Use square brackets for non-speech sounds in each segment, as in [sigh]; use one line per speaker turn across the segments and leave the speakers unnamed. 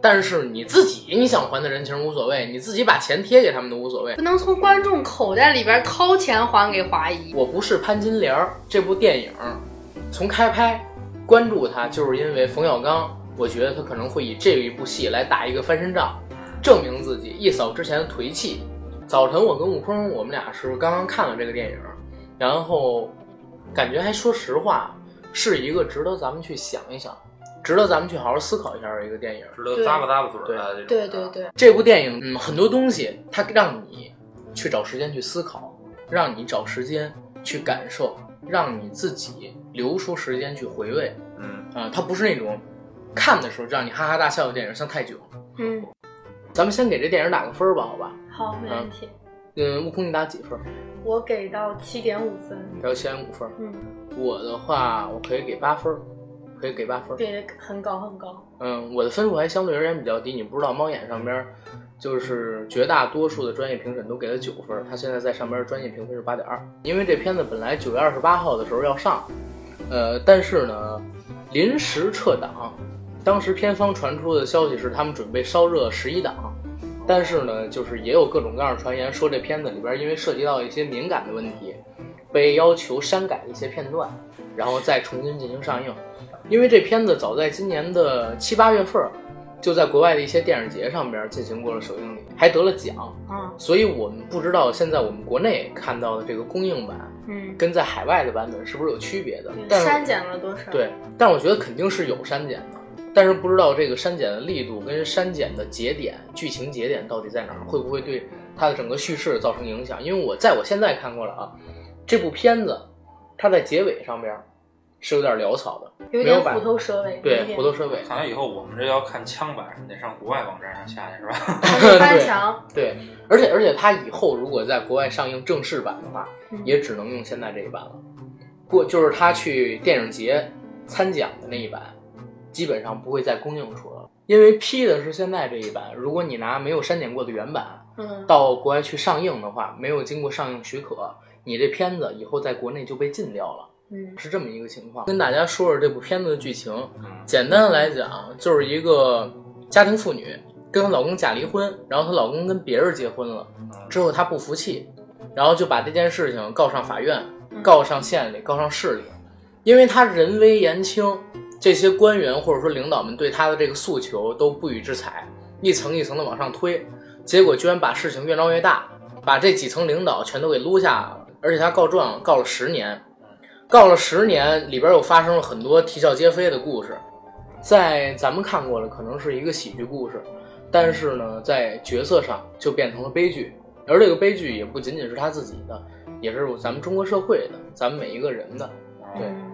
但是你自己你想还的人情无所谓，你自己把钱贴给他们都无所谓
不。能从观众口袋里边掏钱还给华谊。
我不是潘金莲儿这部电影，从开拍关注它，就是因为冯小刚，我觉得他可能会以这一部戏来打一个翻身仗，证明自己，一扫之前的颓气。早晨我跟悟空，我们俩是刚刚看了这个电影，然后感觉还说实话，是一个值得咱们去想一想，值得咱们去好好思考一下的一个电影。
值得咂吧咂吧嘴儿的这种。啊
对对。对，
这部电影，嗯，很多东西它让你去找时间去思考，让你找时间去感受，让你自己留出时间去回味。
嗯，
啊、它不是那种看的时候就让你哈哈大笑的电影，像泰囧。
嗯，
咱们先给这电影打个分儿吧，好吧？
好，没问题，
嗯，悟空你打几分？
嗯我给到七点五分，
还有先五分。
嗯，
我的话，我可以给八分儿，可以给八分儿。
给的很高很高，
嗯，我的分数还相对而言比较低。你不知道猫眼上边儿，就是绝大多数的专业评审都给了九分儿，他现在在上边儿专业评分是八点二。因为这片子本来九月二十八号的时候要上，呃，但是呢，临时撤档。当时片方传出的消息是他们准备烧热十一档，但是呢，就是也有各种各样的传言说这片子里边儿因为涉及到一些敏感的问题，被要求删改一些片段，然后再重新进行上映。因为这片子早在今年的七八月份儿，就在国外的一些电影节上边进行过了首映礼，还得了奖。
嗯
所以我们不知道现在我们国内看到的这个公映版
嗯，
跟在海外的版本是不是有区别的？但是
删减了多少？，
对，但我觉得肯定是有删减的，但是不知道这个删减的力度跟删减的节点、剧情节点到底在哪儿，会不会对它的整个叙事造成影响？因为我在我现在看过了啊，这部片子它在结尾上边儿是有点潦草的，
有
没有
点
版
虎头蛇尾。有
对，
点
虎头蛇尾，
看来以后我们这要看枪版，得上国外网站上下去是 [laughs] 吧？
翻墙。
对，而且而且它以后如果在国外上映正式版的话，
嗯
也只能用现在这一版了。过就是他去电影节参奖的那一版，基本上不会再公映出了，因为批的是现在这一版。如果你拿没有删减过的原版
嗯，
到国外去上映的话，没有经过上映许可，你这片子以后在国内就被禁掉了，
嗯
是这么一个情况。跟大家说说这部片子的剧情，
嗯，
简单的来讲，就是一个家庭妇女跟她老公假离婚，然后她老公跟别人结婚了，之
嗯
后她不服气，然后就把这件事情告上法院，
嗯
告上县里，告上市里，因为她人微言轻，这些官员或者说领导们对她的这个诉求都不予置采，一层一层的往上推，结果居然把事情越闹越大，把这几层领导全都给撸下了，而且她告状告了十年。告了十年，里边又发生了很多啼笑皆非的故事，在咱们看过了，可能是一个喜剧故事，但是呢，在角色上就变成了悲剧，而这个悲剧也不仅仅是他自己的，也是咱们中国社会的，咱们每一个人的。对
嗯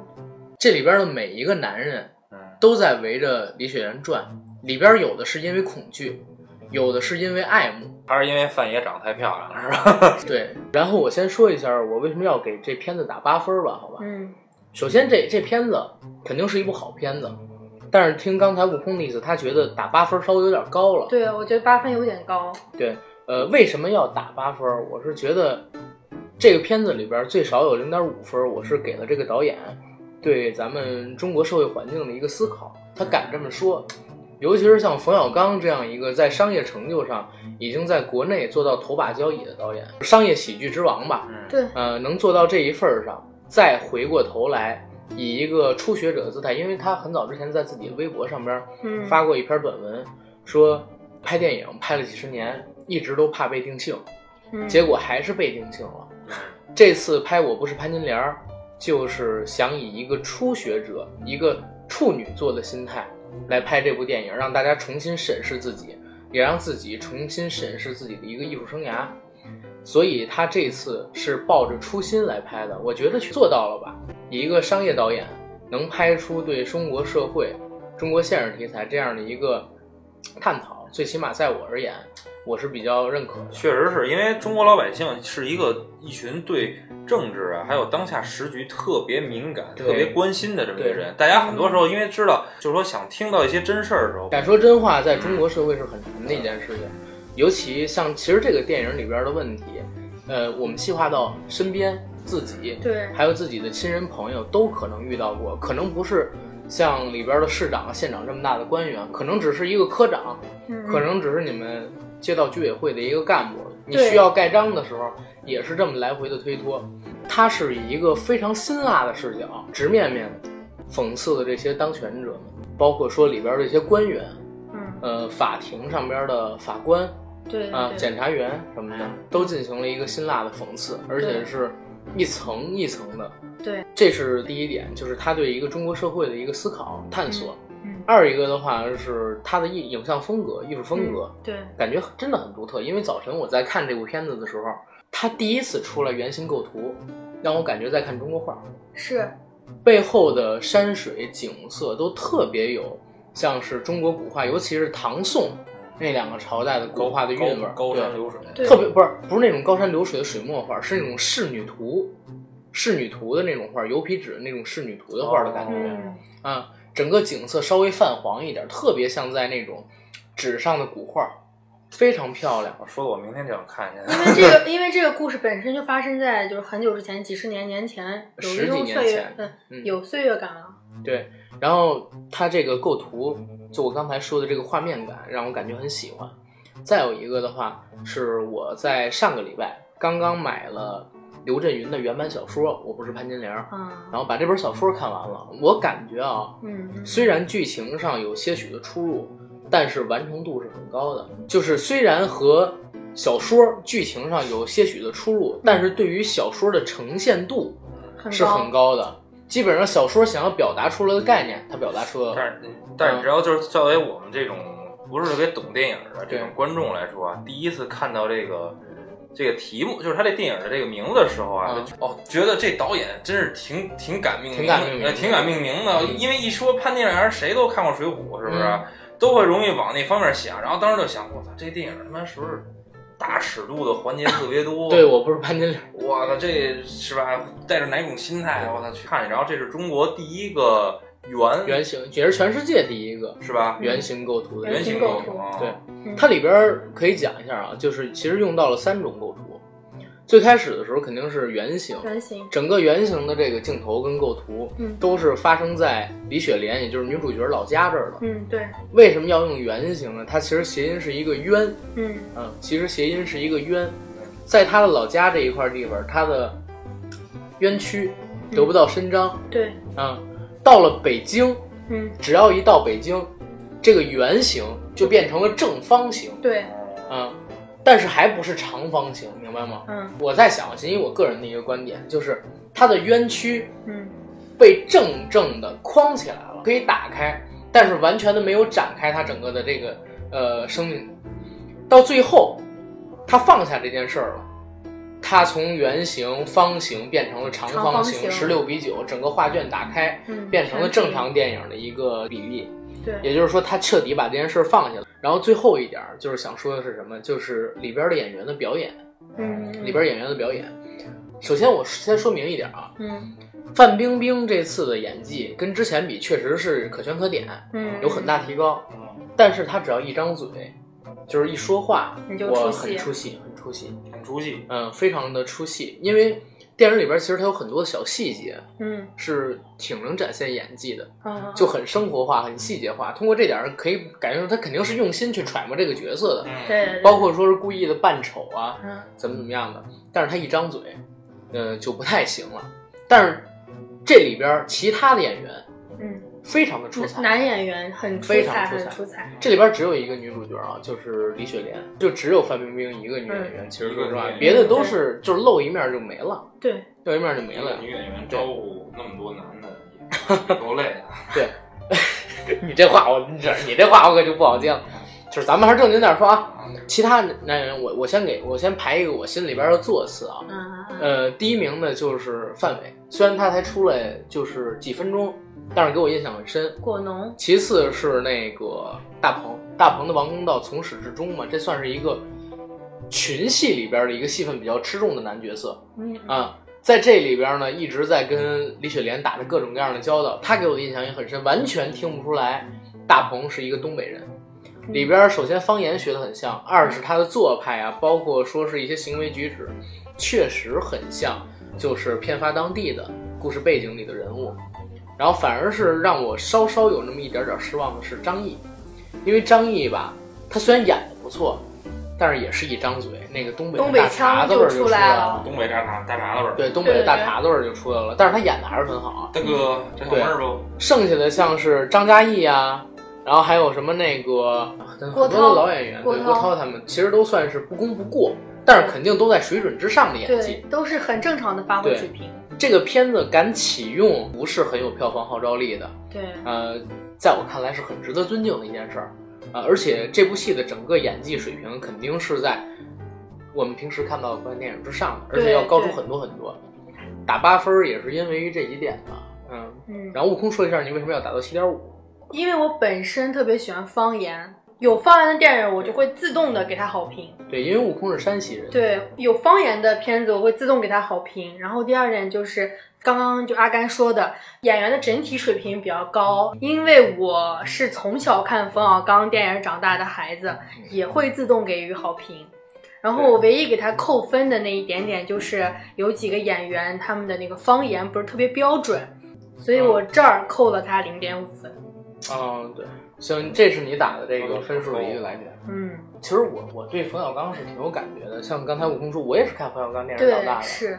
这里边的每一个男人
嗯，
都在围着李雪岩转，里边有的是因为恐惧，有的是因为爱慕，
还是因为范爷长得太漂亮了是吧？
对。然后我先说一下我为什么要给这片子打八分吧，好吧？
嗯
首先这，这片子肯定是一部好片子，但是听刚才悟空的意思，他觉得打八分稍微有点高了。
对，我觉得八分有点高。
对，呃，为什么要打八分儿？我是觉得这个片子里边儿最少有零点五分儿，我是给了这个导演对咱们中国社会环境的一个思考。他敢这么说，尤其是像冯小刚这样一个在商业成就上已经在国内做到头把交椅的导演，商业喜剧之王吧，
嗯，
对，
呃，能做到这一份儿上，再回过头来。以一个初学者的姿态，因为他很早之前在自己的微博上边儿
嗯，
发过一篇短文，说拍电影拍了几十年，一直都怕被定性，
嗯
结果还是被定性了。
嗯
这次拍我不是潘金莲儿，就是想以一个初学者、一个处女座的心态来拍这部电影，让大家重新审视自己，也让自己重新审视自己的一个艺术生涯。所以他这次是抱着初心来拍的，我觉得做到了吧。以一个商业导演能拍出对中国社会、中国现实题材这样的一个探讨，最起码在我而言，我是比较认可的。
确实是因为中国老百姓是一个一群对政治啊，还有当下时局特别敏感、
对
特别关心的这么一个
对
人。大家很多时候因为知道，就是说想听到一些真事儿的时候，
敢说真话，在中国社会是很难的一件事情，尤其像其实这个电影里边的问题，呃，我们细化到身边自己，
对，
还有自己的亲人朋友都可能遇到过，可能不是像里边的市长、县长这么大的官员，可能只是一个科长，
嗯
可能只是你们街道居委会的一个干部，你
对
需要盖章的时候也是这么来回的推脱。他是以一个非常辛辣的视角，直面面讽刺的这些当权者们，包括说里边的一些官员，
嗯，
呃，法庭上边的法官
对
啊、
对
检察员什么
嗯
的，都进行了一个辛辣的讽刺，而且是一层一层的。
对，
这是第一点，就是他对一个中国社会的一个思考探索。
嗯
二一个的话是他的艺影像风格、艺术风格，
嗯对，
感觉真的很独特。因为早晨我在看这部片子的时候，他第一次出来原型构图，让我感觉在看中国画，
是，
哦背后的山水景色都特别有像是中国古画，尤其是唐宋那两个朝代的古画的韵味儿，
高高山
对
流水。
对
特别不是不是那种高山流水的水墨画，是那种仕女图，仕女图的那种画，油皮纸那种仕女图的画的感觉。
嗯
啊，整个景色稍微泛黄一点，特别像在那种纸上的古画，非常漂亮。
我说的我明天就想看
因
去。
为这个，因为这个故事本身就发生在就是很久之前，几十年年前，有
十
一
几
种
年
岁
前
月，嗯，
嗯
有岁月感了。
对，然后它这个构图，就我刚才说的这个画面感，让我感觉很喜欢。再有一个的话，是我在上个礼拜刚刚买了刘震云的原版小说《我不是潘金莲》，
啊，
然后把这本小说看完了。我感觉啊，
嗯，
虽然剧情上有些许的出入，但是完成度是很高的。就是虽然和小说剧情上有些许的出入，但是对于小说的呈现度
很
是
高
很高的。基本上小说想要表达出来的概念，它表达出
但
了。
是但
嗯
是你知道，就是作为我们这种不是特别懂电影的这种观众来说啊，第一次看到这个这个题目，就是他这电影的这个名字的时候啊，
嗯
就哦，觉得这导演真是挺挺敢命
挺
名
敢命名
的，
的
呃挺敢命名的。
嗯
因为一说潘电影，谁都看过《水浒》，是不是？啊
嗯
都会容易往那方面想。然后当时就想，我操，这电影他妈是不是大尺度的环节特别多？
对，我不是潘金莲，
我操，这是吧？带着哪种心态？我操，去看去。然后这是中国第一个圆
原型也是全世界第一个
是吧？
原型构图的
圆
原
人。
形嗯构
构
图
图
啊，
对
嗯
它里边儿可以讲一下啊，就是其实用到了三种构图。最开始的时候肯定是圆形，
原型，
整个圆形的这个镜头跟构图，
嗯
都是发生在李雪莲，也就是女主角老家这儿的。
嗯，对，
为什么要用圆形呢？它其实谐音是一个冤，
嗯
嗯，其实谐音是一个冤，在她的老家这一块地方，她的冤屈得不到伸张，
对，
啊、到了北京，
嗯
只要一到北京，这个圆形就变成了正方形，
对，
嗯，但是还不是长方形，明白吗？
嗯
我在想，仅以我个人的一个观点，就是它的冤屈
嗯
被正正的框起来了，可以打开，但是完全的没有展开它整个的这个呃生命。到最后，他放下这件事儿了，他从圆形、方形变成了长
长
方
方
形，
形
十六比九，整个画卷打开，
嗯，
变成了
全是
正常电影的一个比例。
对，
也就是说，他彻底把这件事儿放下了。然后最后一点儿就是想说的是什么，就是里边儿的演员的表演，
嗯
里边儿演员的表演。首先，我先说明一点儿啊，
嗯
范冰冰这次的演技跟之前比，确实是可圈可点，
嗯
有很大提高。
嗯
但是她只要一张嘴，就是一说话，
你就
我
出戏
很出戏，很出戏，
很出戏。
嗯，非常的出戏。因为电影里边其实它有很多小细节
嗯
是挺能展现演技的，
啊
就很生活化、很细节化。通过这点儿可以感觉出他肯定是用心去揣摩这个角色的，
嗯，
对，对
包括说是故意的扮丑啊，
嗯
怎么怎么样的，但是他一张嘴，呃，就不太行了。但是这里边儿其他的演员
嗯，
非常的出彩，
男演员很出
非常
彩，
出
很
彩
出彩，
这里边儿只有一个女主角啊，就是李雪莲，就只有范冰冰一个女演员。其实说实话
一个女演，员
别的都是就是露一面就没了，
对，
露一面就没了。
女演员招呼那么多男
[laughs]
的，也够累啊。
你这话我你这你这话我可就不好接
嗯
了。就是咱们还是正经点儿说啊，其他男演员我我先给我先排一个我心里边儿的座次啊。
嗯
呃，第一名呢就是范伟，虽然他才出来就是几分钟，但是给我印象很深。
果农，
其次是那个大鹏，大鹏的王公道从始至终嘛，这算是一个群戏里边的一个戏份比较吃重的男角色
嗯
啊。在这里边呢，一直在跟李雪莲打着各种各样的交道，他给我的印象也很深，完全听不出来大鹏是一个东北人。
嗯
里边首先方言学的很像，二是他的做派啊，包括说是一些行为举止，确实很像，就是片发当地的故事背景里的人物。然后反而是让我稍稍有那么一点点失望的是张译，因为张译吧，他虽然演的不错，但是也是一张嘴，那个东北
东
的
北
大碴
腔
子味儿
就
就
出
来
来
了
了，
东北大碴大碴子味儿，
对，东北的
对
大碴子味儿就出来了，但是他演的还是很好啊。
大哥，这小妹儿不？
剩下的像是张嘉译啊，然后还有什么那个很多
啊郭
的
涛
老演员，
郭
对
涛
郭涛他们，其实都算是不功不过，但是肯定都在水准之上的演
对
技。，
都是很正常的发挥
对
水平，
这个片子敢启用不是很有票房号召力的，
对，
呃，在我看来是很值得尊敬的一件事儿，呃，而且这部戏的整个演技水平肯定是在我们平时看到的国产电影之上的，而且
对
要高出
对
很多很多。打八分儿也是因为这几点吧，嗯。
嗯，
然后悟空说一下你为什么要打到七点五，
因为我本身特别喜欢方言，有方言的电影我就会自动的给他好评。
对，因为悟空是山西人，
对，有方言的片子我会自动给他好评。然后第二点就是刚刚就阿甘说的，演员的整体水平比较高，因为我是从小看冯小刚电影长大的孩子，也会自动给予好评。然后我唯一给他扣分的那一点点就是有几个演员他们的那个方言不是特别标准，所以我这儿扣了他零点五分。
哦
嗯，对，行，这是你打的这个分数的一个来源。
嗯，
其实我我对冯小刚是挺有感觉的，像刚才悟空说，我也是看冯小刚电影长
对，
大的，
是，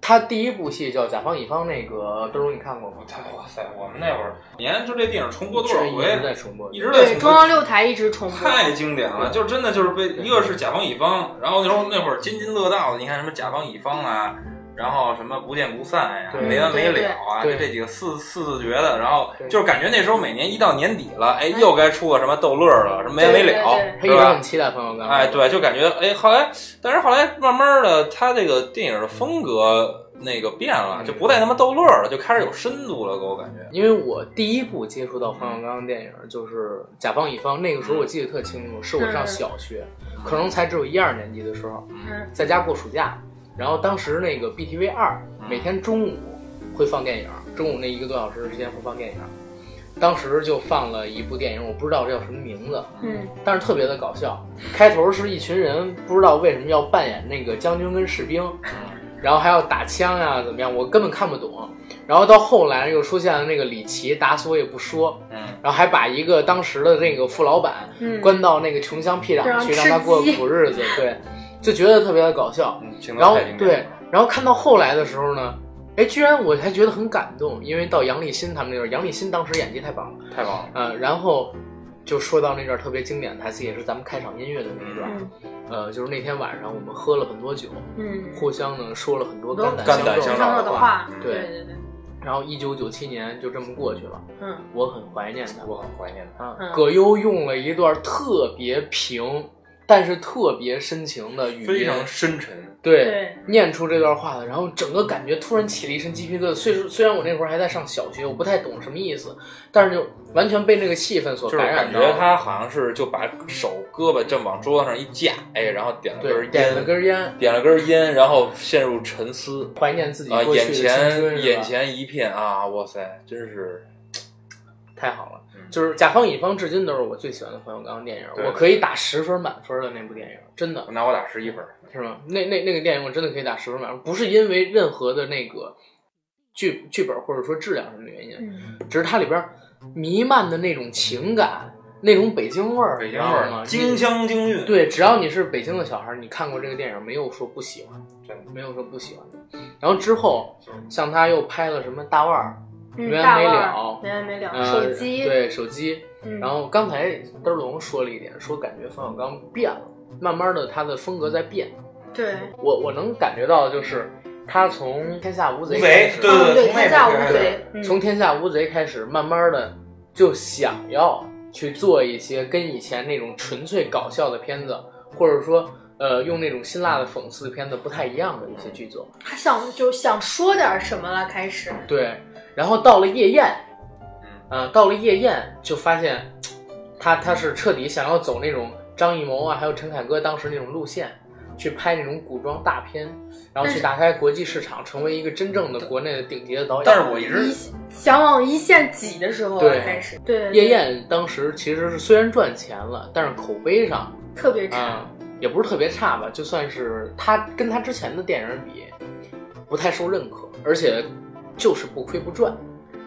他第一部戏叫《甲方乙方》，那个豆儿你看过吗？
他 [laughs] 哇塞，我们那会儿年就这电影重播多少
一直在
回，啊
重播，
一直在
对，
重
中
播
央。六台一直重播。
太经典了，就真的就是被
对
一个是甲方乙方，然后那时候那会儿津津乐道的，你看什么甲方乙方啊，然后什么不见不散呀、
对
没完没了啊，
对
就
对
这几个四四字诀的，然后
对嗯
就是感觉那时候每年一到年底了，哎，又该出个什么逗乐了，什么没完没了，
对
他一
是
直
吧
很？期待冯小刚。
哎，，对，就感觉哎，后来，但是后来慢慢的，他这个电影的风格那个变了，
嗯
就不再那么逗乐了，就开始有深度了，给我感觉。
因为我第一部接触到冯小刚的电影就是《甲方乙方》，那个时候我
嗯
记得特清楚，是我上小学，可能才只有一二年级的时候，
嗯，
在家过暑假。然后当时那个 BTV 二
嗯
每天中午会放电影，中午那一个多小时时间会放电影。当时就放了一部电影，我不知道叫什么名字，
嗯，
但是特别的搞笑。开头是一群人不知道为什么要扮演那个将军跟士兵，然后还要打枪呀、怎么样，我根本看不懂。然后到后来又出现了那个李琦打死我也不说，
嗯，
然后还把一个当时的那个富老板
嗯
关到那个穷乡僻壤去，
让
让他
吃
过
鸡
苦日子，对，就觉得特别的搞笑。
嗯情
然
况
后
太经典
对
了。，
然后看到后来的时候呢，哎，居然我还觉得很感动，因为到杨立新他们那阵儿，杨立新当时演技太棒了。
太棒了。
呃，然后就说到那段特别经典的台词，也是咱们开场音乐的那一段。
嗯
呃，就是那天晚上我们喝了很多酒，
嗯，
互相呢说了很多
都
肝
肝胆
相
相
照
照
的
的
话，
对
对对对，
然后一九九七年就这么过去了，
嗯
我很怀念他。
我很怀念他。
啊，
嗯
葛优用了一段特别平，但是特别深情的语言，
非常深沉，
对。
对，
念出这段话的，然后整个感觉突然起了一身鸡皮疙瘩。虽虽然我那会儿还在上小学，我不太懂什么意思，但是就完全被那个气氛所
就是
感
感
染到。
觉他好像是就把手胳膊这么往桌子上一架，哎，然后点了
对
根
点了
烟，
根烟，
点了根烟，然后陷入沉思
怀念自己
啊，
过去
眼
的青春，是吧
前眼前一片啊，哇塞，真是
太好了
嗯！
就是甲方乙方，至今都是我最喜欢的冯小刚的电影，
对
我可以打十分满分的那部电影，真的
我拿我打十一分，
是吗？那那那个电影我真的可以打十分满分，不是因为任何的那个剧剧本或者说质量什么原因，
嗯，
只是它里边弥漫的那种情感，那种北京味儿，
北京
你
味
知道吗
儿，？京腔京
嗯 [laughs]
韵，，
对，只要你是北京的小孩儿，你看过这个电影，没有说不喜欢，
真的
没有说不喜欢的。然后之后，像他又拍了什么大腕儿，
嗯
没完
大
没
腕
了
儿没完没了，
呃
嗯手机，
对手机，
嗯，
然后刚才德龙说了一点，说感觉冯小刚变了，慢慢的他的风格在变。
对，
我我能感觉到，就是他从《天下无贼》
无
开
贼
始，
对从
嗯对，
那
天下
会儿开
无
始
贼，嗯
从《天下无贼》开始，慢慢的就想要去做一些跟以前那种纯粹搞笑的片子，或者说呃用那种辛辣的讽刺的片子不太一样的一些剧作。
他想就想说点什么了，开始，
对，然后到了夜宴，
嗯，
呃，到了夜宴就发现他他是彻底想要走那种张艺谋啊，还有陈凯歌当时那种路线，去拍那种古装大片，然后
但
去
是
打开国际市场，成为一个真正的国内的顶级的导演。
但是我一直
一想往一线挤的时候了
对
开始，对对，对
夜宴当时其实是虽然赚钱了，但是口碑上
特别差，
啊、也不是特别差吧，就算是他跟他之前的电影比，不太受认可，而且就是不亏不赚。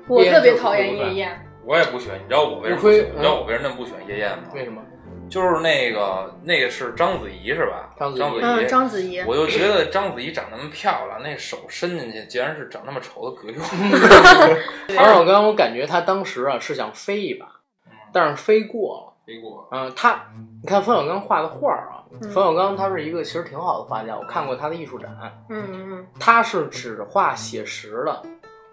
我
夜宴
特别
就是
讨厌
不赚
夜宴，
我也不喜欢，你知道我为什么
无
不喜
非
欢？你知道我为什么不喜欢夜宴吗？
为什么？
就是那个那个是章子怡是吧？
章
章
子怡
子
嗯，
怡。
章子怡，
我就觉得章子怡长那么漂亮，那手伸进去，竟然是长那么丑的葛
[laughs]
优。 [laughs]
冯小刚，我感觉他当时啊是想飞一把，但是飞过了。
结果
嗯、他，你看冯小刚画的画儿啊，
嗯
冯小刚他是一个其实挺好的画家，我看过他的艺术展，
嗯嗯
他是只画写实的，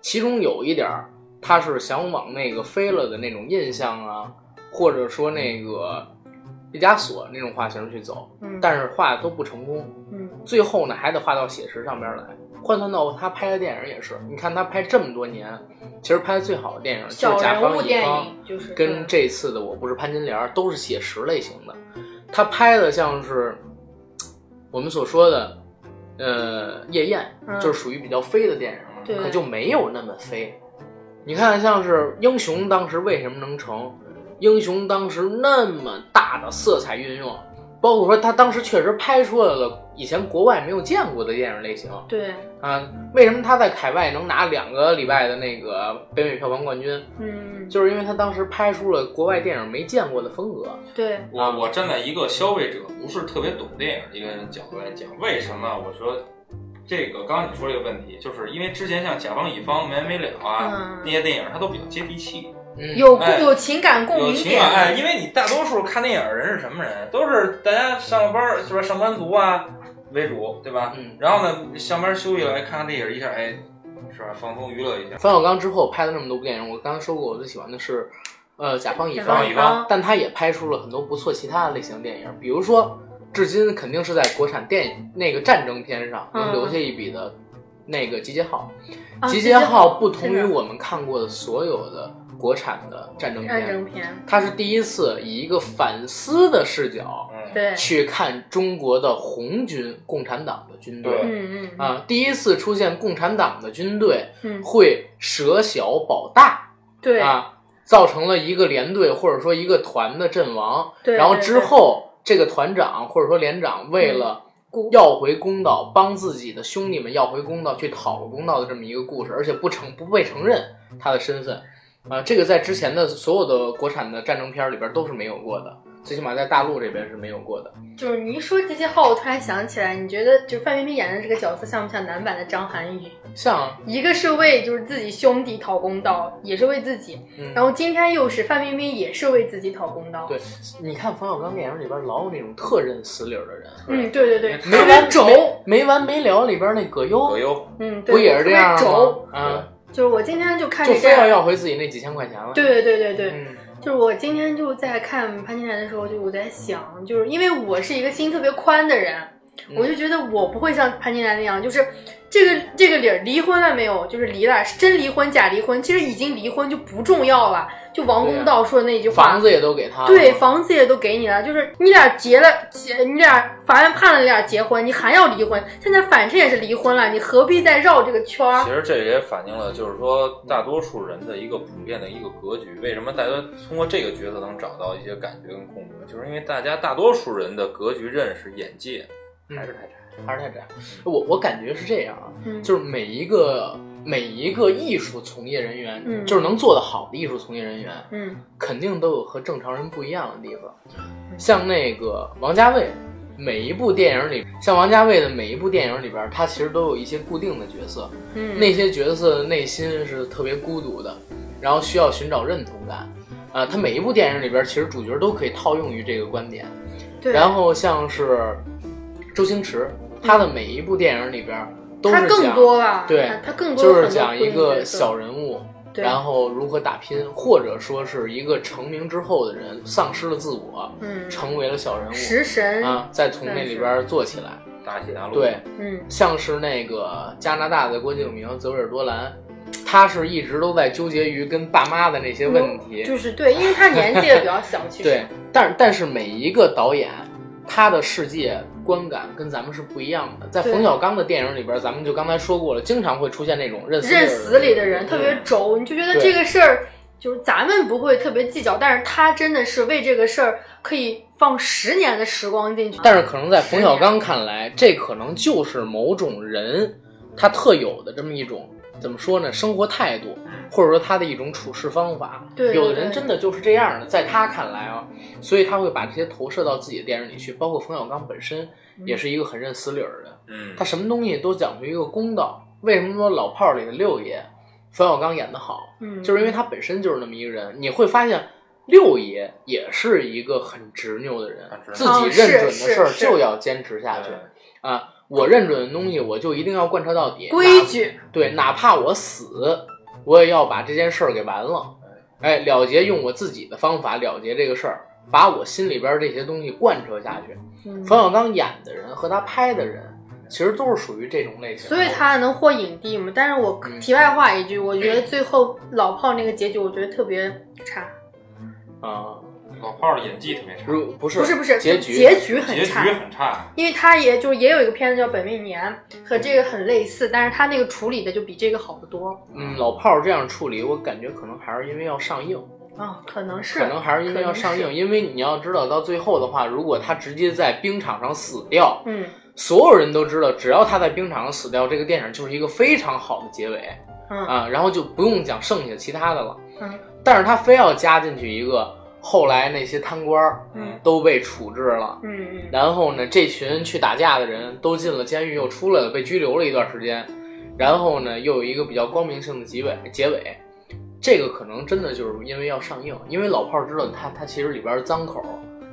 其中有一点儿，他是想往那个飞了的那种印象啊，或者说那个毕加索那种画型去走，
嗯，
但
是
是画的都不成功，
嗯
最后呢还得画到写实上边来。换算到他拍的电影也是，你看他拍这么多年，其实拍的最好的电影就是
小
《甲
人
方
物
乙
电
方》，
影就是
跟
对
这次的《我不是潘金莲》都是写实类型的，他拍的像是我们所说的，呃，夜宴，
嗯
就是属于比较飞的电影，
对
可就没有那么飞。你看，像是英雄当时为什么能成？英雄当时那么大的色彩运用，包括说他当时确实拍出来了以前国外没有见过的电影类型
对，
啊。为什么他在海外能拿两个礼拜的那个北美票房冠军？
嗯
就是因为他当时拍出了国外电影没见过的风格。
对，
我我站在一个消费者不是特别懂电影的一个人角度来讲，为什么我说这个刚刚你说这个问题，就是因为之前像《甲方乙方》《没完没了啊》
嗯
那些电影，它都比较接地气，
嗯，
有
哎
有情感共
有
鸣
情感。哎，
点，
因为你大多数看电影的人是什么人？都是大家上班儿，就是上班族啊为主，对吧？
嗯
然后呢，上班休息了，哎看看电影一下，哎，是吧？放松娱乐一下。
冯小刚之后拍了那么多部电影，我刚才说过，我最喜欢的是，呃，甲方乙
甲
方
方
方
乙
乙
方
方，
但他也拍出了很多不错其他的类型电影，比如说，至今肯定是在国产电影那个战争片上
嗯
能留下一笔的，那个《集结号》
啊
集
集
结
结
号》
号
不同于
是的
我们看过的所有的国产的战争
战
片，
争片，
它是第一次以一个反思的视角
嗯，
对，
去看中国的红军共产党的军队
对
嗯嗯
啊，第一次出现共产党的军队
嗯，
会舍小保大。
对
啊，造成了一个连队或者说一个团的阵亡。
对
然后
对
之
对
后，这个团长或者说连长为了
孤
要回公道，帮自己的兄弟们要回公道，去讨公道的这么一个故事，而且不承不被承认他的身份。啊、这个在之前的所有的国产的战争片里边都是没有过的，最起码在大陆这边是没有过的。
就是你一说集结号，我突然想起来，你觉得就范冰冰演的这个角色像不像男版的张涵予？
像，
一个是为就是自己兄弟讨公道，也是为自己，
嗯，
然后今天又是范冰冰也是为自己讨公道。
对，你看冯小刚电影里边老有那种特认死理儿的人，
嗯，对对对，
没
特
完
别
没
轴，
没完没了里边那葛优，
葛优，
嗯，对，
不也是这样
特别轴，
吗？嗯。
就是我今天就看
就
这
非要
个，
要回自己那几千块钱了。
对对对对对，
嗯，
就是我今天就在看《潘金莲》的时候，就我在想，就是因为我是一个心特别宽的人，
嗯
我就觉得我不会像潘金莲那样，就是这个这个理儿离婚了没有？就是离了，是真离婚假离婚，其实已经离婚就不重要了。就王公道说的那句话
房，子也都给他了。
对，房子也都给你了，就是你俩结了结，你俩法院判了你俩结婚，你还要离婚，现在反正也是离婚了，你何必再绕这个圈儿
其？实这也反映了，就是说大多数人的一个普遍的一个格局。为什么大家通过这个角色能找到一些感觉跟共鸣？就是因为大家大多数人的格局、认识、眼界
嗯
还是太窄。
还是太窄。我我感觉是这样啊，
嗯，
就是每一个每一个艺术从业人员，
嗯
就是能做得好的艺术从业人员，
嗯
肯定都有和正常人不一样的地方。像那个王家卫，每一部电影里，像王家卫的每一部电影里边，他其实都有一些固定的角色，
嗯，
那些角色的内心是特别孤独的，然后需要寻找认同感。啊，他每一部电影里边，其实主角都可以套用于这个观点。
对，
然后像是周星驰，他的每一部电影里边儿都是
他
讲，
更多了，
对
他他更多
就是
很多
讲一
固定角
个
色
小人物，
对
然后如何打拼，或者说是一个成名之后的人丧失了自我，
嗯
成为了小人物
食神，
啊，再从那里边儿做起来。
大起大落。
对，
嗯
像是那个加拿大的郭敬明、泽维尔多兰，他是一直都在纠结于跟爸妈的那些问题，
就是对，因为他年纪也比较
[laughs]
小，其实
对，但但是每一个导演他的世界观感跟咱们是不一样的。在
对
冯小刚的电影里边，咱们就刚才说过了，经常会出现那种认死
认死理
理
的人特别轴，你就觉得
嗯对
这个事儿就是咱们不会特别计较，但是他真的是为这个事儿可以放十年的时光进去。
但是可能在冯小刚看来，这可能就是某种人他特有的这么一种。怎么说呢？生活态度，或者说他的一种处事方法，
嗯对对
有的人
对
真的就是这样的，在他看来啊，所以他会把这些投射到自己的电影里去。包括冯小刚本身
嗯
也是一个很认死理儿的人，
嗯，
他什么东西都讲究一个公道。为什么说老炮儿里的六爷冯小刚演得好，
嗯，
就是因为他本身就是那么一个人。你会发现，六爷也是一个很执拗的人
很执，
自
拗
己认准的
哦是
事儿
是
就要坚持下去
对
啊。我认准的东西，我就一定要贯彻到底。
规矩，
哪对，哪怕我死，我也要把这件事儿给完了。哎，了结用我自己的方法了结这个事儿，把我心里边儿这些东西贯彻下去。
嗯
冯小刚演的人和他拍的人，其实都是属于这种类型的。
所以他能获影帝嘛？但是我
嗯
题外话一句，我觉得最后老炮那个结局，我觉得特别差，
啊，
老炮儿的演技特别差，
如不是
不是不是，
结局
结局很
结局
差，
很差。
因为他也就是也有一个片子叫《本命年》，和这个很类似，但是他那个处理的就比这个好得多
嗯，老炮儿这样处理，我感觉可能还是因为要上映，
啊、可能是，
可能还是因为要上
可
映，
能是，
因为你要知道，到最后的话，如果他直接在冰场上死掉，
嗯
所有人都知道，只要他在冰场上死掉，这个电影就是一个非常好的结尾啊
嗯
啊，然后就不用讲剩下其他的了。
嗯，
但是他非要加进去一个后来那些贪官儿
嗯
都被处置了。
嗯嗯
然后呢，这群去打架的人都进了监狱，又出来了，被拘留了一段时间。然后呢，又有一个比较光明性的结尾。结尾，这个可能真的就是因为要上映，因为老炮儿知道它它其实里边儿脏口儿，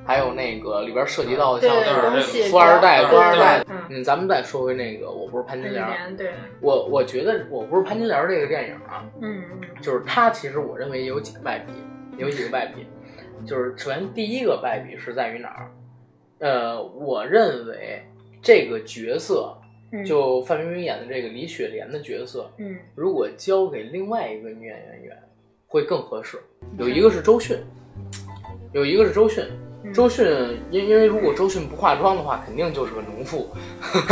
还有那个里边儿涉及到的
对
像
但是
东
这
西
富二代、
比较
官二代
但。
嗯，
嗯，咱们再说回那个《我不是潘金
很
莲》，
年对，
我我觉得《我不是潘金莲》这个电影啊，
嗯嗯
就是它其实我认为有几个败笔，有几个败笔，就是首先第一个败笔是在于哪儿？呃，我认为这个角色，
嗯，
就范冰冰演的这个李雪莲的角色，
嗯
如果交给另外一个女演员演，会更合适。有一个是周迅，有一个是周迅。
嗯
周迅，因因为如果周迅不化妆的话，肯定就是个农妇。 [laughs]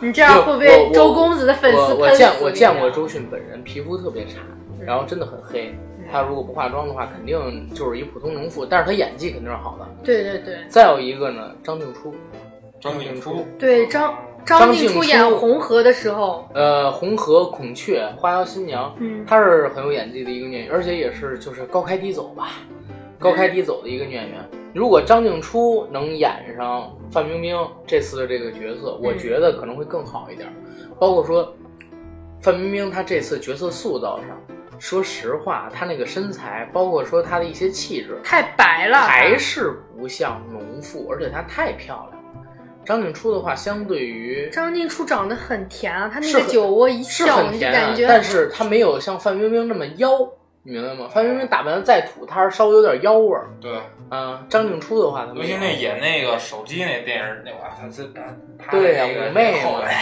你这样会不
我
被
我
周公子的粉丝
我我
喷死
见我
你
见
啊嗯
过周迅本人，皮肤特别差，然后真的很黑。她如果不化妆的话，肯定就是一普通农妇，但是她演技肯定是好的。
对对对
再有一个呢，张静初，
张静初，
对张
张
静
静
初
初
演红河的时候，
呃，红河、孔雀、花妖新娘，
嗯
她是很有演技的一个女演员，而且也是就是高开低走吧，高开低走的一个女演员。如果张静初能演上范冰冰这次的这个角色，
嗯
我觉得可能会更好一点。包括说，范冰冰她这次角色塑造上，说实话，她那个身材，包括说她的一些气质，
太白了，
还是不像农妇，而且她太漂亮。了。张静初的话，相对于
张静初长得很甜啊，她那
是
个
很
酒窝一
是
笑，
很
你就
甜啊
感觉，
但是它没有像范冰冰那么妖，你明白吗？范冰冰打扮得再土，它是稍微有点妖味儿。
对，
嗯，张静初的话，她
尤
没
其
有。
那演那个手机那电影，那哇，他这他
嗯对呀
那个
妩媚
后
嘛 [laughs]
来，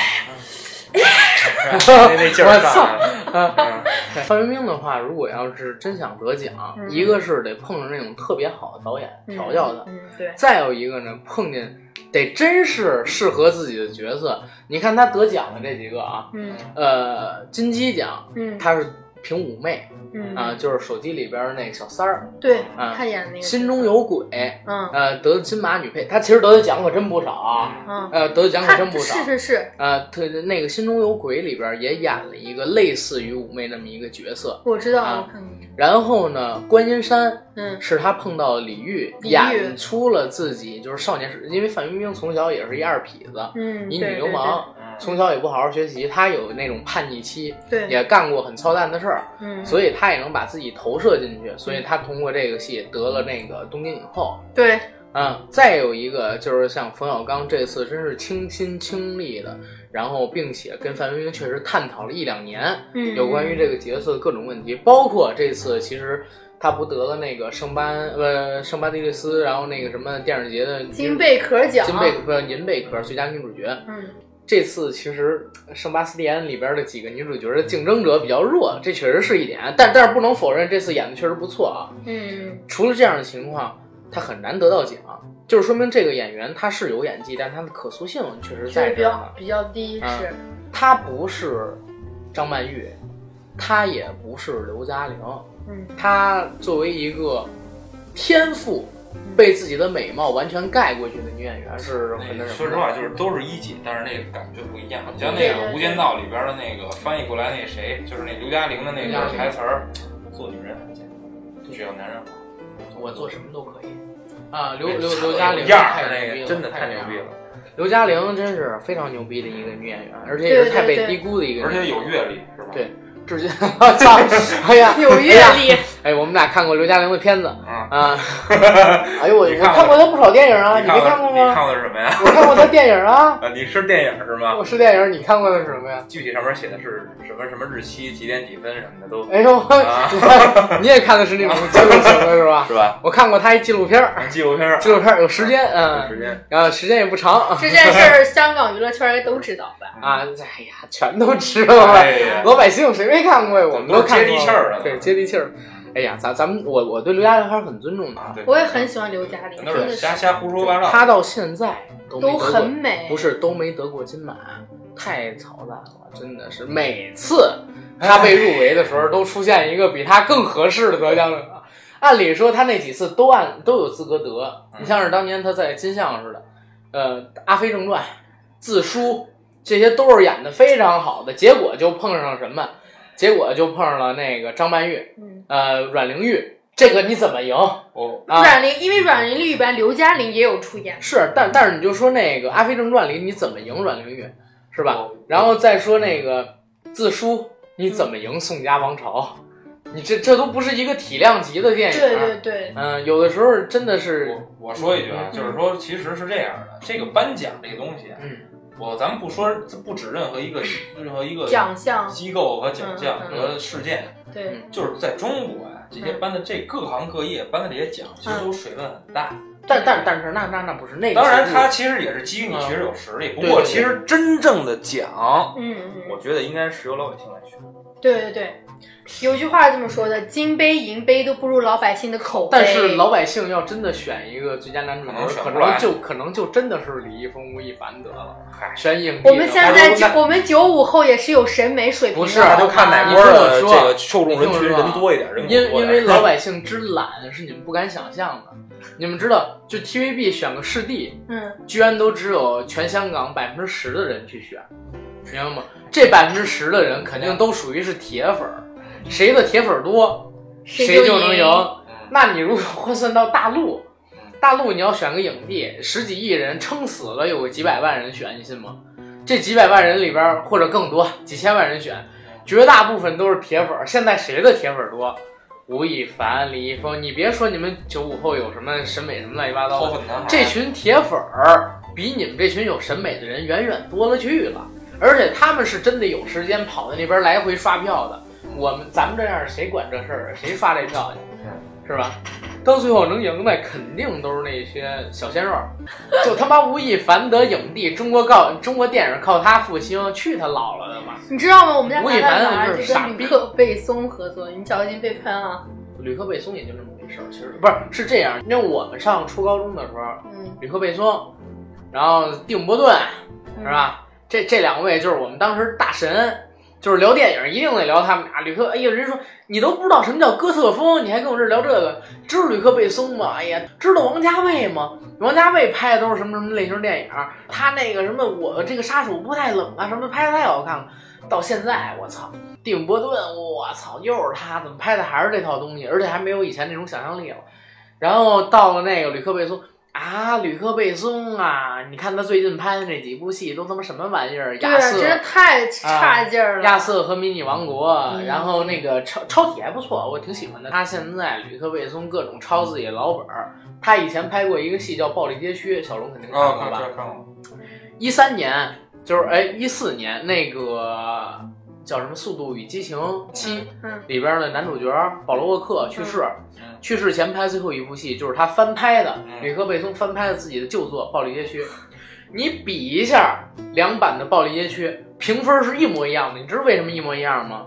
哎那那劲儿嗯上
嗯
来了，
[laughs] 范冰冰的话，如果要是真想得奖，
嗯
一个是得碰上那种特别好的导演
嗯
调教的，
嗯，对，
再有一个呢，碰见得真是适合自己的角色。你看她得奖的这几个啊，
嗯
呃，金鸡奖
嗯
她是凭妩媚
嗯
啊，，就是手机里边儿那小三儿，
对，
啊
她演的那个
心中，有鬼，
嗯
呃，得金马女配，她其实得的奖可真不少啊，
嗯，
呃，得的奖可
她
真不少
是。是是，
呃，她那个《心中有鬼》里边也演了一个类似于妩媚那么一个角色。
我知道，
啊
我看过，
然后呢，观音山
嗯
是她碰到李玉，
李玉
演出了自己就是少年时，因为范冰冰从小也是一二痞子，
嗯，
一女
对
流氓，，
嗯
从小也不好好学习，她有那种叛逆期，
对对对，
也干过很操蛋的事儿，
嗯，
所以她也能把自己投射进去，所以她通过这个戏得了那个东京影后。
对，
嗯，再有一个就是像冯小刚这次真是倾心倾力的，然后并且跟范冰冰确实探讨了一两年
嗯，
有关于这个角色的各种问题，包括这次其实他不得了那个圣班呃圣巴蒂利斯，然后那个什么电影节的女
嗯金贝壳奖，
金贝壳银贝壳最佳女主角。
嗯，
这次其实《圣巴斯蒂安》里边的几个女主角的竞争者比较弱，这确实是一点，但但是不能否认这次演的确实不错啊。
嗯嗯，
除了这样的情况，他很难得到奖，就是说明这个演员他是有演技，但他的可塑性确实
确
在
实比
这儿
较
呢。
比较低，
嗯
是，
他不是张曼玉，他也不是刘嘉玲，
嗯
他作为一个天赋被自己的美貌完全盖过去的女演员是很那什么
那
的。
哎说实话，就是都是一姐，但是那个感觉不一样。你像
对
那
对
个《
对
无间道》里边的那个翻译过来那谁，就是那刘嘉玲的那
刘嘉
个
玲
台词儿，做女人很简单，只要男人好。
我做什么都可以。啊，刘
对
刘
哎差不
刘
多
嘉玲
样儿
太
那
牛逼
个
了
真的
太
太牛逼
了
了。，
刘嘉玲真是非常牛逼的一个女演员，而且也是太被低估的一个
而
女 [laughs] 演
且
员。
有阅历是吧？
对，至今，我
[laughs]
操！哎呀，[laughs]
有阅历，
哎，我们俩看过刘嘉玲的片子
嗯
[laughs] 啊。哎呦，我
你
我
看
看过
过
她不少电影啊，
你
没
的
看过
你
吗？
看过的是什么呀？ [laughs]
我看过她电影啊，
啊，你是电影是吗
[laughs] 我？是电影，你看过的是什么呀？
具体上面写的是什么什么日期、几点几分什么的都
哎呦，[laughs]
啊
你也看的是那种纪录型的 [laughs] 是吧
是？吧？
我看过她一纪录片儿，
纪录片儿
纪录片儿有时间，
有
嗯，
时间
然后时间也不长
这件事儿香港娱乐圈应该都知道吧？
啊。哎呀，全都知道了。
哎呀，
老百姓谁没看过呀？我们
都是
看过。
接地气儿的
对，接地气儿。啊哎呀，咱咱们我我对刘嘉玲还是很尊重的啊。
对
我也很喜欢刘
嗯
嘉玲，
全
真
都
的
是
是
瞎瞎胡说八道。
她到现在都没得
都
过
很美，
不是都没得过金马，太操蛋了，真的是每次她被入围的时候，都出现一个比她更合适的得奖者。按理说，她那几次都按都有资格得。你像是当年她在金像似的，呃，《阿飞正传》《自书》这些都是演的非常好的，结果就碰上什么？结果就碰上了那个张曼玉，
嗯
呃，阮玲玉，这个你怎么赢？
我
啊
阮玲，因为阮玲玉里边刘嘉玲也有出演，
是，但但是你就说那个《阿飞正传》里你怎么赢阮玲玉，是吧？
哦
然后再说那个自书，你怎么赢宋家王朝？你这这都不是一个体量级的电影。啊
对对对，
嗯、有的时候真的是，
我我说一句啊，就是说其实是这样的，这个颁奖这个东西啊，
嗯，
我咱们不说不指任何一个任何一个
奖项，
机构和奖项
嗯嗯嗯
和事件，
啊
对，
就是在中国啊，这些颁的这各行各业颁的这些奖，其实都
嗯
水分很大。
但但但是那那那不是那个。
当然，它
他
其实也是基
嗯
于你确实有实力，不
对
过
对
其实真正的奖，
嗯
我
嗯，
觉得应该是由老百姓来选。
对对对。有句话这么说的：“金杯银杯都不如老百姓的口碑。”
但是老百姓要真的选一个最佳男主角，
可
可
能选不来
能就可能就真的是李易峰、吴亦凡得了。
嗨，
选影帝的话，
我们现在
那
九我们九五后也是有审美水平的，
不是啊
好
那
吗
就看哪波的啊这个受众人群人多一点，人口
因
多一
因
点
为
[laughs]
老百姓之懒是你们不敢想象的。你们知道，就 TVB 选个视帝，
嗯，
居然都只有全香港百分之十的人去选，明白吗？这百分之十的人肯定都属于是铁粉儿，谁的铁粉儿多，谁
就
能赢。
嗯
那你如果换算到大陆，大陆你要选个影帝，十几亿人撑死了有个几百万人选，你信吗？这几百万人里边儿或者更多，几千万人选，绝大部分都是铁粉儿。现在谁的铁粉儿多？吴亦凡、李易峰，你别说你们九五后有什么审美什么乱七八糟
掏
的，
粪男孩
这群铁粉儿比你们这群有审美的人远远多了去了，而且他们是真的有时间跑到那边来回刷票的。我们咱们这样儿谁管这事儿啊？谁刷这票去？
嗯
是吧？到最后能赢的肯定都是那些小鲜肉儿，就他妈吴亦凡得影帝，中国告中国电影靠他复兴，去他姥姥的吧！
你知道吗？我们家
吴亦
男
凡
男娃
就
儿
是
就
傻
跟
逼
吕克贝松合作，你小心被喷啊！
吕克贝松也就这么回事儿，其实不是是这样，因为我们上初高中的时候，
嗯，
吕克贝松，然后定伯顿是吧？这这两位就是我们当时大神。就是聊电影，一定得聊他们俩。吕克，哎呀，人家说你都不知道什么叫哥特风，你还跟我这聊这个？知道吕克贝松吗？哎呀，知道王家卫吗？王家卫拍的都是什么什么类型电影儿？他那个什么，我这个杀手不太冷啊，什么拍的太好看了。到现在，我操，蒂姆伯顿，我操，又是他，怎么拍的还是这套东西，而且还没有以前那种想象力了。然后到了那个吕克贝松啊，吕克贝松啊，你看他最近拍的那几部戏都他妈什么玩意儿？
对啊
亚，瑟
真是太差劲儿了。
亚瑟和迷你王国，
嗯
然后那个超超体还不错，我挺喜欢的。他现在吕克贝松各种抄自己的老本儿。他以前拍过一个戏叫《暴力街区》，小龙肯定看
啊，
过
看
吧？
这看过，
一三年就是哎，一四年那个叫什么《速度与激情七》
嗯，
里边的男主角保罗沃克去世，
嗯
去世前拍最后一部戏就是他翻拍的
嗯
吕克贝松翻拍的自己的旧作《暴力街区》， [laughs] 你比一下两版的《暴力街区》，评分是一模一样的，你知道为什么一模一样吗？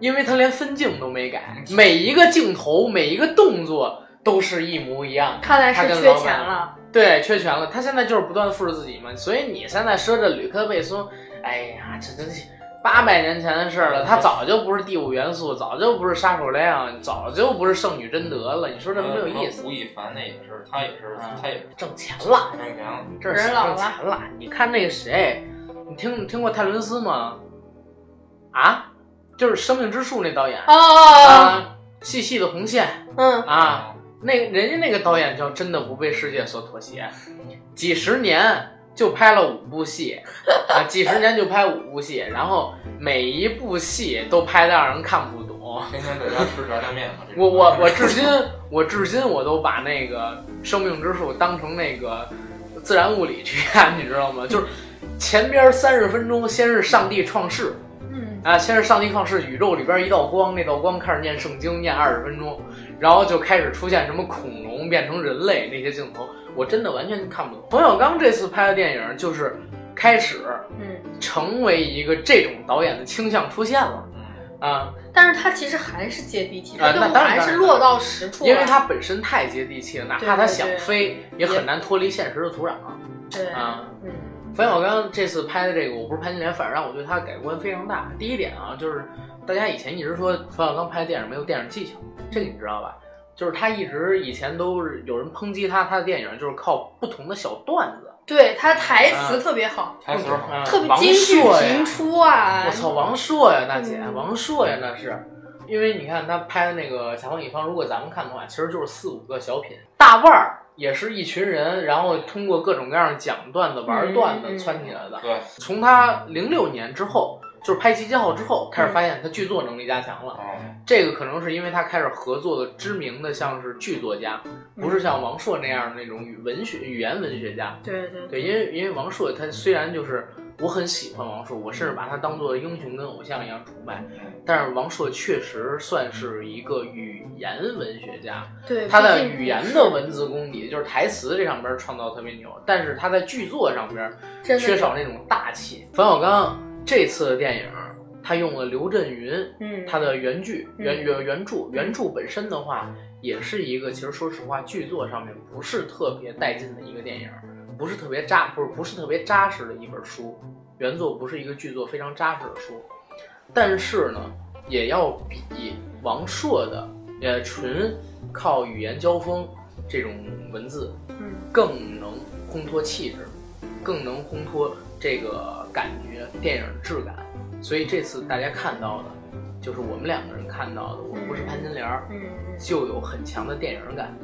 因为他连分镜都没改，
嗯
每一个镜头每一个动作都是一模一样的。
看来是缺钱了。
对，缺全了。他现在就是不断地复制自己嘛，所以你现在说这吕克贝松，哎呀，这这这八百年前的事儿了，他早就不是第五元素，早就不是杀手莱昂，早就不是圣女贞德了。你说这没有
嗯
意思，
吴亦凡那也是，他也是
啊，
他也是嗯
挣钱了，
张强，
这是
人
挣
老了
钱了。你看那个谁，你听听过泰伦斯吗？啊，就是《生命之树》那导演
哦哦，哦
啊，细细的红线
嗯，
啊，那个人家那个导演叫真的不被世界所妥协，几十年就拍了五部戏，啊，几十年就拍五部戏，然后每一部戏都拍的让人看不懂。
天天在家吃炸酱面嘛。这种
我我我至今我至今我都把那个《生命之树》当成那个自然物理去看，你知道吗？就是前边三十分钟先是上帝创世，
嗯，
啊，先是上帝创世宇宙里边一道光，那道光开始念圣经，念二十分钟，然后就开始出现什么恐龙变成人类那些镜头，我真的完全看不懂。冯小刚这次拍的电影就是开始
嗯，
成为一个这种导演的倾向出现了
嗯
啊，
但是他其实还是接地气，
啊
他跟
那
我
当然
还
当
是
然
落到实处了。
因为他本身太接地气了，哪怕他想飞，
对对
也很难脱离现实的土壤
对，
啊。
嗯
冯小刚这次拍的这个《我不是潘金莲》，反而让我对他改观非常大。第一点啊，就是大家以前一直说冯小刚拍电影没有电影技巧，这个你知道吧？就是他一直以前都是有人抨击他，他的电影就是靠不同的小段子，
对他台词
啊
特别好，
[laughs] 台词好，
嗯
特别
王
金句
朔呀
频出啊。
我操，王朔呀，那姐，
嗯
王朔呀，那是。因为你看他拍的那个《甲方乙方》，如果咱们看的话，其实就是四五个小品，
大腕儿，
也是一群人，然后通过各种各样讲段子、玩段子
嗯
窜起来的。
对，
从他零六年之后，就是拍《集结号》之后，
嗯
开始发现他剧作能力加强了。
嗯，
这个可能是因为他开始合作的知名的像是剧作家，不
嗯
是像王朔那样的那种语文学语言文学家。
对对
对，因为因为王朔他虽然就是我很喜欢王朔，我甚至把他当做英雄跟偶像一样崇拜，
嗯
但是王朔确实算是一个语言文学家，
对，
他
毕
的
竟
语言的文字功底，就是台词这上边创造特别牛，但是他在剧作上边
真的
缺少那种大气。冯小刚这次的电影，他用了刘震云
嗯，
他的原剧、
嗯
原原原著，原著本身的话，也是一个其实说实话，剧作上面不是特别带劲的一个电影，不是特别扎，不是不是特别扎实的一本书。原作不是一个剧作非常扎实的书，但是呢，也要比王朔的呃纯靠语言交锋这种文字
嗯
更能烘托气质，更能烘托这个感觉、电影质感。所以这次大家看到的，就是我们两个人看到的，我不是潘金莲儿，
嗯嗯
就有很强的电影感。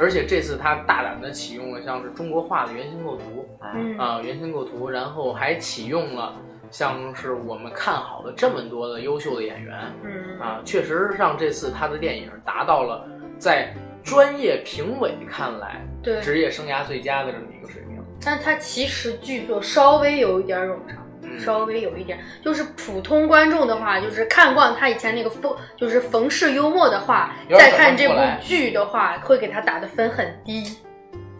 而
是，
且这次他大胆的启用了像是中国画的原型构图
嗯
啊、原型构图，然后还启用了像是我们看好的这么多的优秀的演员，
嗯
啊，确实让这次他的电影达到了在专业评委看来
对，
职业生涯最佳的这么一个水平。
但他其实剧作稍微有一点冗长。
嗯
稍微有一点，就是普通观众的话，就是看惯他以前那个风，就是冯氏幽默的话，
有点
再看这
转不
部
过来
剧的话，会给他打的分很低。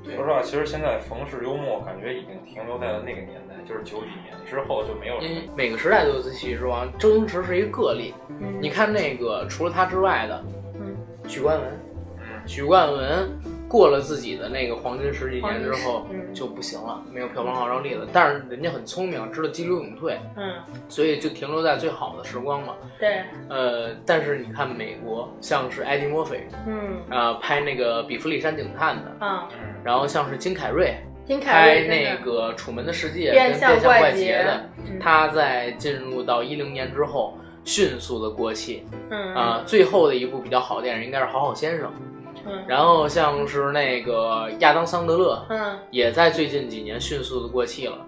说实话，其实现在冯氏幽默感觉已经停留在了那个年代，就是九几年之后就没有什
因为
么。
每个时代都有自己之王，周星驰是一个个例。
嗯，
你看那个除了他之外的
嗯，
许冠文，
嗯
许冠文过了自己的那个黄金十几年之后
黄金十嗯
就不行了，没有票房号召力了。但是人家很聪明，知道激流勇退，
嗯，
所以就停留在最好的时光嘛。
对，
呃，但是你看美国，像是艾迪·墨菲，
嗯
呃，拍那个《比弗利山警探》的，
啊，
嗯
然后像是金凯瑞
金凯
拍
瑞
那
真的
个《楚门的世界》跟
变
《变相
怪
杰》的，，
嗯
他在进入到一零年之后迅速的过气
嗯
啊、最后的一部比较好的电影应该是《好好先生》，
嗯
然后像是那个亚当·桑德勒。
嗯
也在最近几年迅速的过气了。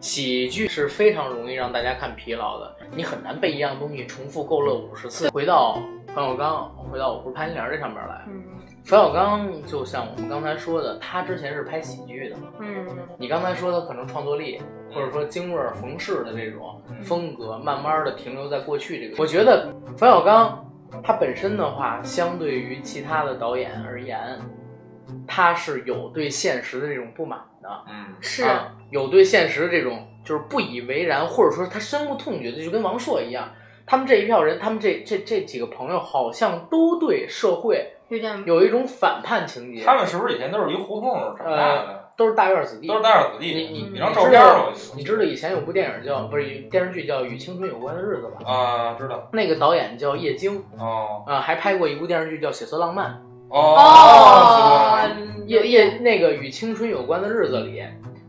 喜剧是非常容易让大家看疲劳的，你很难被一样东西重复购乐五十次。回到冯小刚，回到我不是潘金莲这上面来，
嗯
冯小刚就像我们刚才说的，他之前是拍喜剧的。
嗯
你刚才说的可能创作力，或者说京味儿、冯氏的这种
嗯
风格，慢慢的停留在过去这个。我觉得冯小刚他本身的话，相对于其他的导演而言，他是有对现实的这种不满的，
嗯，
是，
啊、有对现实的这种就是不以为然，或者说他深恶痛绝的，就跟王朔一样。他们这一票人，他们这这这几个朋友好像都对社会
有点
有一种反叛情节，
他们是不是以前都是一胡同长大的，
都是大院儿子弟，
都是大院子弟？
呃你你
你
你
张照
知
片儿
道
我记
你知道以前有部电影叫不是有电视剧叫《与青春有关的日子》吧？
得啊，知道
那个导演叫叶京，
哦
啊、还拍过一部电视剧叫《血色浪漫啊
哦，知道
嗯啊有
叶
一
叶那个《与青春有关的日子》里，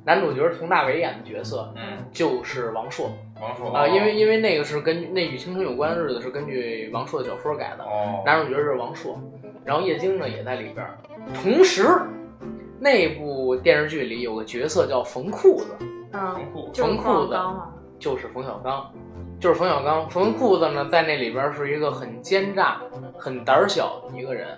男主角佟大为演的角色
嗯，
就是王朔
王朔
啊、因为因为那个是根据那《与青春有关的日子》是根据王朔的小说改的，
哦，
男主角是王朔，然后叶京呢也在里边儿。同时，那部电视剧里有个角色叫冯裤子，
嗯
很，酷，
就是
缝裤子
高嘛，
就是冯小刚，就是冯小刚。冯裤子呢，在那里边是一个很奸诈、很胆小的一个人，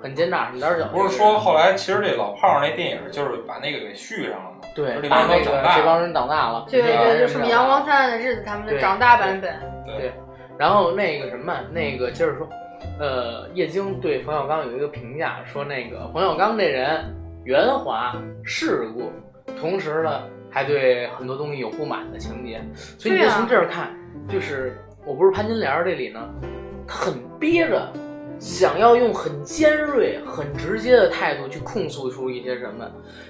很奸诈、很胆小的一个人。
不是说后来其实这老炮儿那电影就是把那个给续上了吗？就
对
是这
把
帮
那
人
个
长大
这
了，
帮人长大了，
对
这帮
对，
人
就是什么
长大
阳
了
光灿烂的日子，他们
啊
的
对
长大版本，
对，然后那个什么，那个接着说，呃，叶京对冯小刚有一个评价，说那个冯小刚这人圆滑世故，同时呢还对很多东西有不满的情节，所以你就
对啊
从这儿看，就是我不是潘金莲儿这里呢，他很憋着。想要用很尖锐、很直接的态度去控诉出一些什么，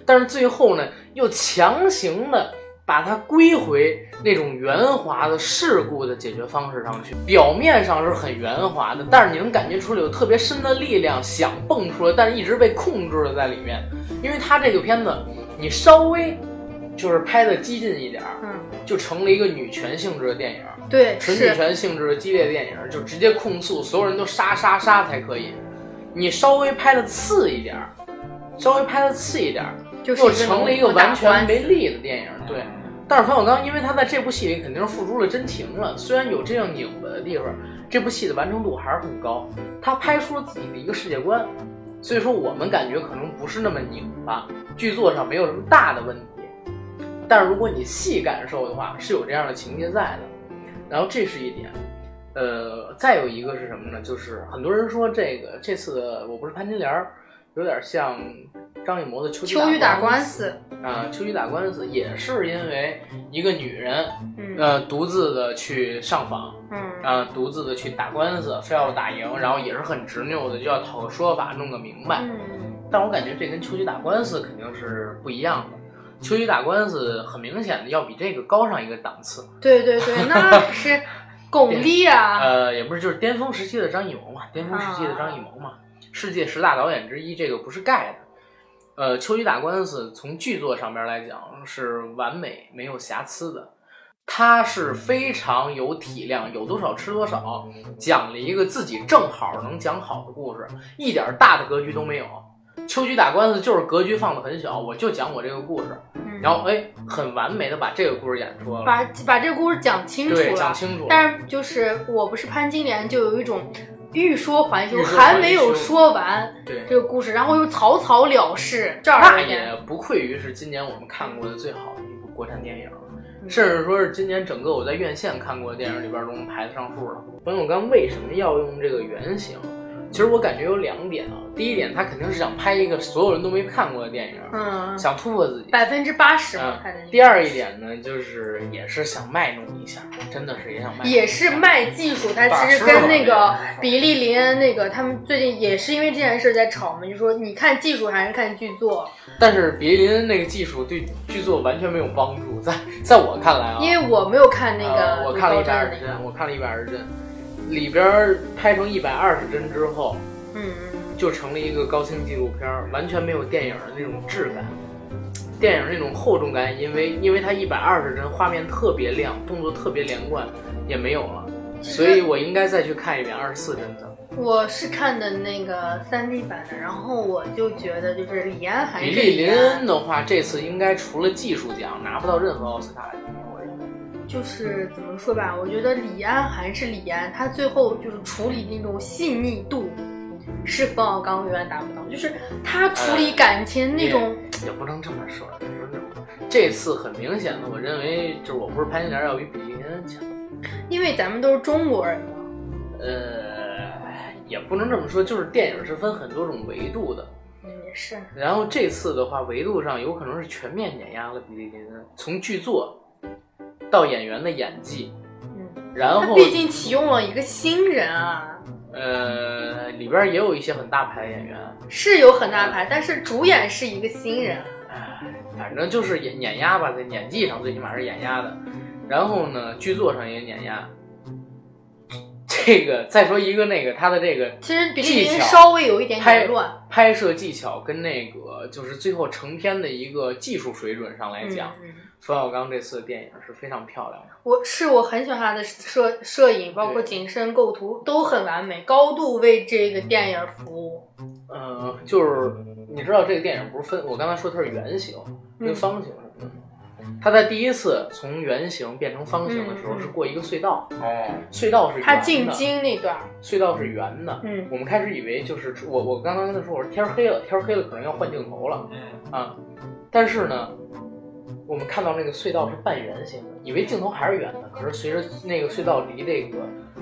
但是最后呢，又强行的把它归回那种圆滑的世故的解决方式上去。表面上是很圆滑的，但是你能感觉出来有特别深的力量想蹦出来，但是一直被控制了在里面。因为它这个片子，你稍微就是拍的激进一点儿，
嗯，
就成了一个女权性质的电影，
对，
纯女
是，
权性质的激烈电影，就直接控诉所有人都杀杀杀才可以。你稍微拍的次一点儿，稍微拍的次一点儿，
就是
又
一个
成了一个
能够打
完全
官司嗯
没力的电影。对，但是冯小刚，因为他在这部戏里肯定是付出了真情了，虽然有这样拧巴的地方，这部戏的完成度还是很高，他拍出了自己的一个世界观，所以说我们感觉可能不是那么拧巴，剧作上没有什么大的问题。但是如果你细感受的话，是有这样的情节在的，然后这是一点。呃，再有一个是什么呢？就是很多人说这个这次的我不是潘金莲儿，有点像张艺谋的《秋
秋雨打官司，
啊，秋雨打官司也是因为一个女人，
嗯
呃，独自的去上访，
嗯，
啊，独自的去打官司，非要打赢，然后也是很执拗的，就要讨个说法，弄个明白。
嗯，
但我感觉这跟秋菊打官司肯定是不一样的。秋菊打官司很明显的要比这个高上一个档次，
对对对，那可是巩俐啊，
呃，也不是就是巅峰时期的张艺谋嘛，巅峰时期的张艺谋嘛，世界十大导演之一，这个不是盖的。呃，秋菊打官司从剧作上面来讲是完美没有瑕疵的，它是非常有体量，有多少吃多少，讲了一个自己正好能讲好的故事，一点大的格局都没有。秋菊打官司就是格局放的很小，我就讲我这个故事，
嗯
然后哎，很完美的把这个故事演出了，
把把这个故事讲清楚
对，讲
了，
清楚了。
但是就是我不是潘金莲，就有一种欲说还休，
欲说还
还没有
休
说完
对，
这个故事，然后又草草了事，这
那
儿
也
也
不愧于是今年我们看过的最好的一部国产电影，
嗯
甚至说是今年整个我在院线看过的电影里边儿能排得上数了。冯小刚为什么要用这个原型？
嗯
其实我感觉有两点啊。第一点，他肯定是想拍一个所有人都没看过的电影，
嗯，
想突破自己。
百分之八十嘛
嗯，
他的
第二一点呢，就是也是想卖弄一下，真的是也想卖弄一下。
也是卖技术，他
大
其
师
实跟
嘛
那
这
个
个
比利林恩那个，他们最近也是因为这件事在吵嘛，就说你看技术还是看剧作，
但是别林那个技术对剧作完全没有帮助，在在我看来啊，
因为我没有看那
呃
个
我
李
看了
高
一百
湛
二
的
十
那个，
帧，我看了一百二十帧，里边儿拍成一百二十帧之后，
嗯，
就成了一个高清纪录片儿，完全没有电影的那种质感，电影那种厚重感，因为因为它一百二十帧，画面特别亮，动作特别连贯，也没有了，所以我应该再去看一遍二十四帧的。
我是看的那个三 D 版的，然后我就觉得就是李安还是
比利林
安
恩的话，这次应该除了技术奖拿不到任何奥斯卡奖，我认为。
就是怎么说吧，我觉得李安还是李安，他最后就是处理那种细腻度，是冯小刚永远达不到。就是他处理感情那种，
哎也不能这么说，也不能这么说。这次很明显的，我认为就是我不是潘金莲要比比利林恩强。
因为咱们都是中国人嘛，
呃，也不能这么说，就是电影是分很多种维度的。
嗯，也是，
然后这次的话，维度上有可能是全面碾压了比利林恩，从剧作到演员的演技，
嗯，
然
他
后
毕竟启用了一个新人啊，
呃里边也有一些很大牌的演员，
是有很
嗯
大牌，但是主演是一个新人，啊
反正就是碾碾压吧，在演技上最起码是碾压的，然后呢，剧作上也碾压。这个再说一个那个他的这个
其实比利林
技巧
稍微有一点
拍
点乱，
拍摄技巧跟那个就是最后成片的一个技术水准上来
嗯
讲，
嗯
冯小刚这次的电影是非常漂亮的。
我是我很喜欢他的摄摄影，包括
对
景深构图都很完美，高度为这个电影服务。
呃，就是你知道这个电影不是分，我刚才说它是圆形跟
嗯
方形什么的。他在第一次从圆形变成方形的时
嗯
候
嗯
是过一个隧道，
哦，
隧道是圆的
他进京那段儿，
隧道是圆的。
嗯，
我们开始以为就是我我刚刚跟他说我说天儿黑了，天儿黑了可能要换镜头了，
嗯，
啊，但是呢，我们看到那个隧道是半圆形的，以为镜头还是圆的，可是随着那个隧道离这个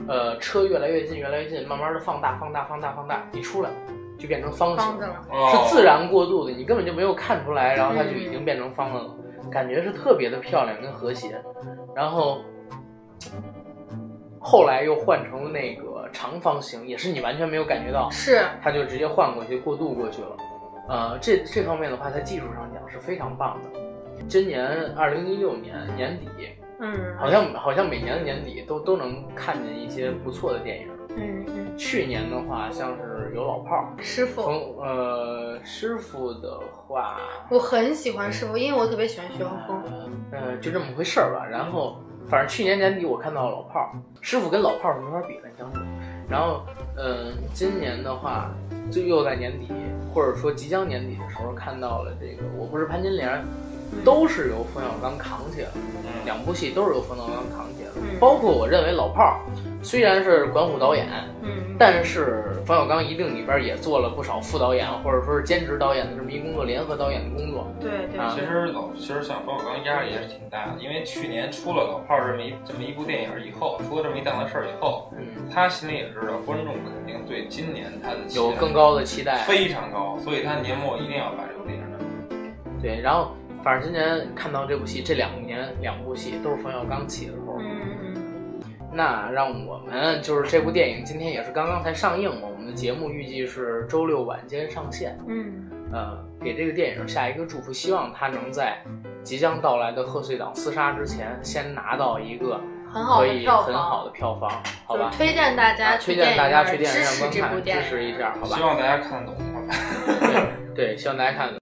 呃车越来越近，越来越近，慢慢的放大、放大、放大、放大，一出来就变成方
方
形
子
了，
了，
哦
是自，然过渡的，你根本就没有看出来，然后它就已经变成方的了，感觉是特别的漂亮跟和谐。然后后来又换成了那个长方形，也是你完全没有感觉到，
是
他就直接换过去过渡过去了。呃，这这方面的话，在技术上讲是非常棒的。今年二零一六年年底，
嗯，
好像好像每年的年底都都能看见一些不错的电影。
嗯嗯，
去年的话，像是有老炮儿，
师傅，
冯呃师傅的话，
我很喜欢师傅，因为我特别喜欢徐浩峰。
呃就这么回事儿吧。然后反正去年年底我看到老炮儿，师傅跟老炮儿是没法比的，你相信我。然后呃今年的话，就又在年底或者说即将年底的时候看到了这个我不是潘金莲，嗯
嗯
都是由冯小刚扛起来的。
嗯
两部戏都是由冯小刚扛起来的，
嗯
包括我认为老炮儿虽然是管虎导演，
嗯，
但是冯小刚一定里边也做了不少副导演或者说是兼职导演的这么一工作，联合导演的工作。
对对，
啊
其实老，其实像冯小刚压力也是挺大的，因为去年出了《老炮儿》这么一这么一部电影以后，出了这么一档子事儿以后，
嗯，
他心里也知道观众肯定对今年他的期待
有更高的期待。
非常高，所以他年末一定要把这部电影弄好。
对，然后反正今年看到这部戏，这两年两部戏都是冯小刚起的时候。
嗯
那让我们就是这部电影今天也是刚刚才上映嘛，我们的节目预计是周六晚间上线。
嗯嗯，
呃，给这个电影下一个祝福，希望它能在即将到来的贺岁档厮杀之前，先拿到一个
嗯很好
可
的
以
票
很好
房
的，票房，好
就
吧
是？推荐大家
啊推荐大家去
电
电
影
影院
院支持
观
这部
看，
电
支
影，
持一下，好吧？
希望大家看得懂。
对，希望大家看。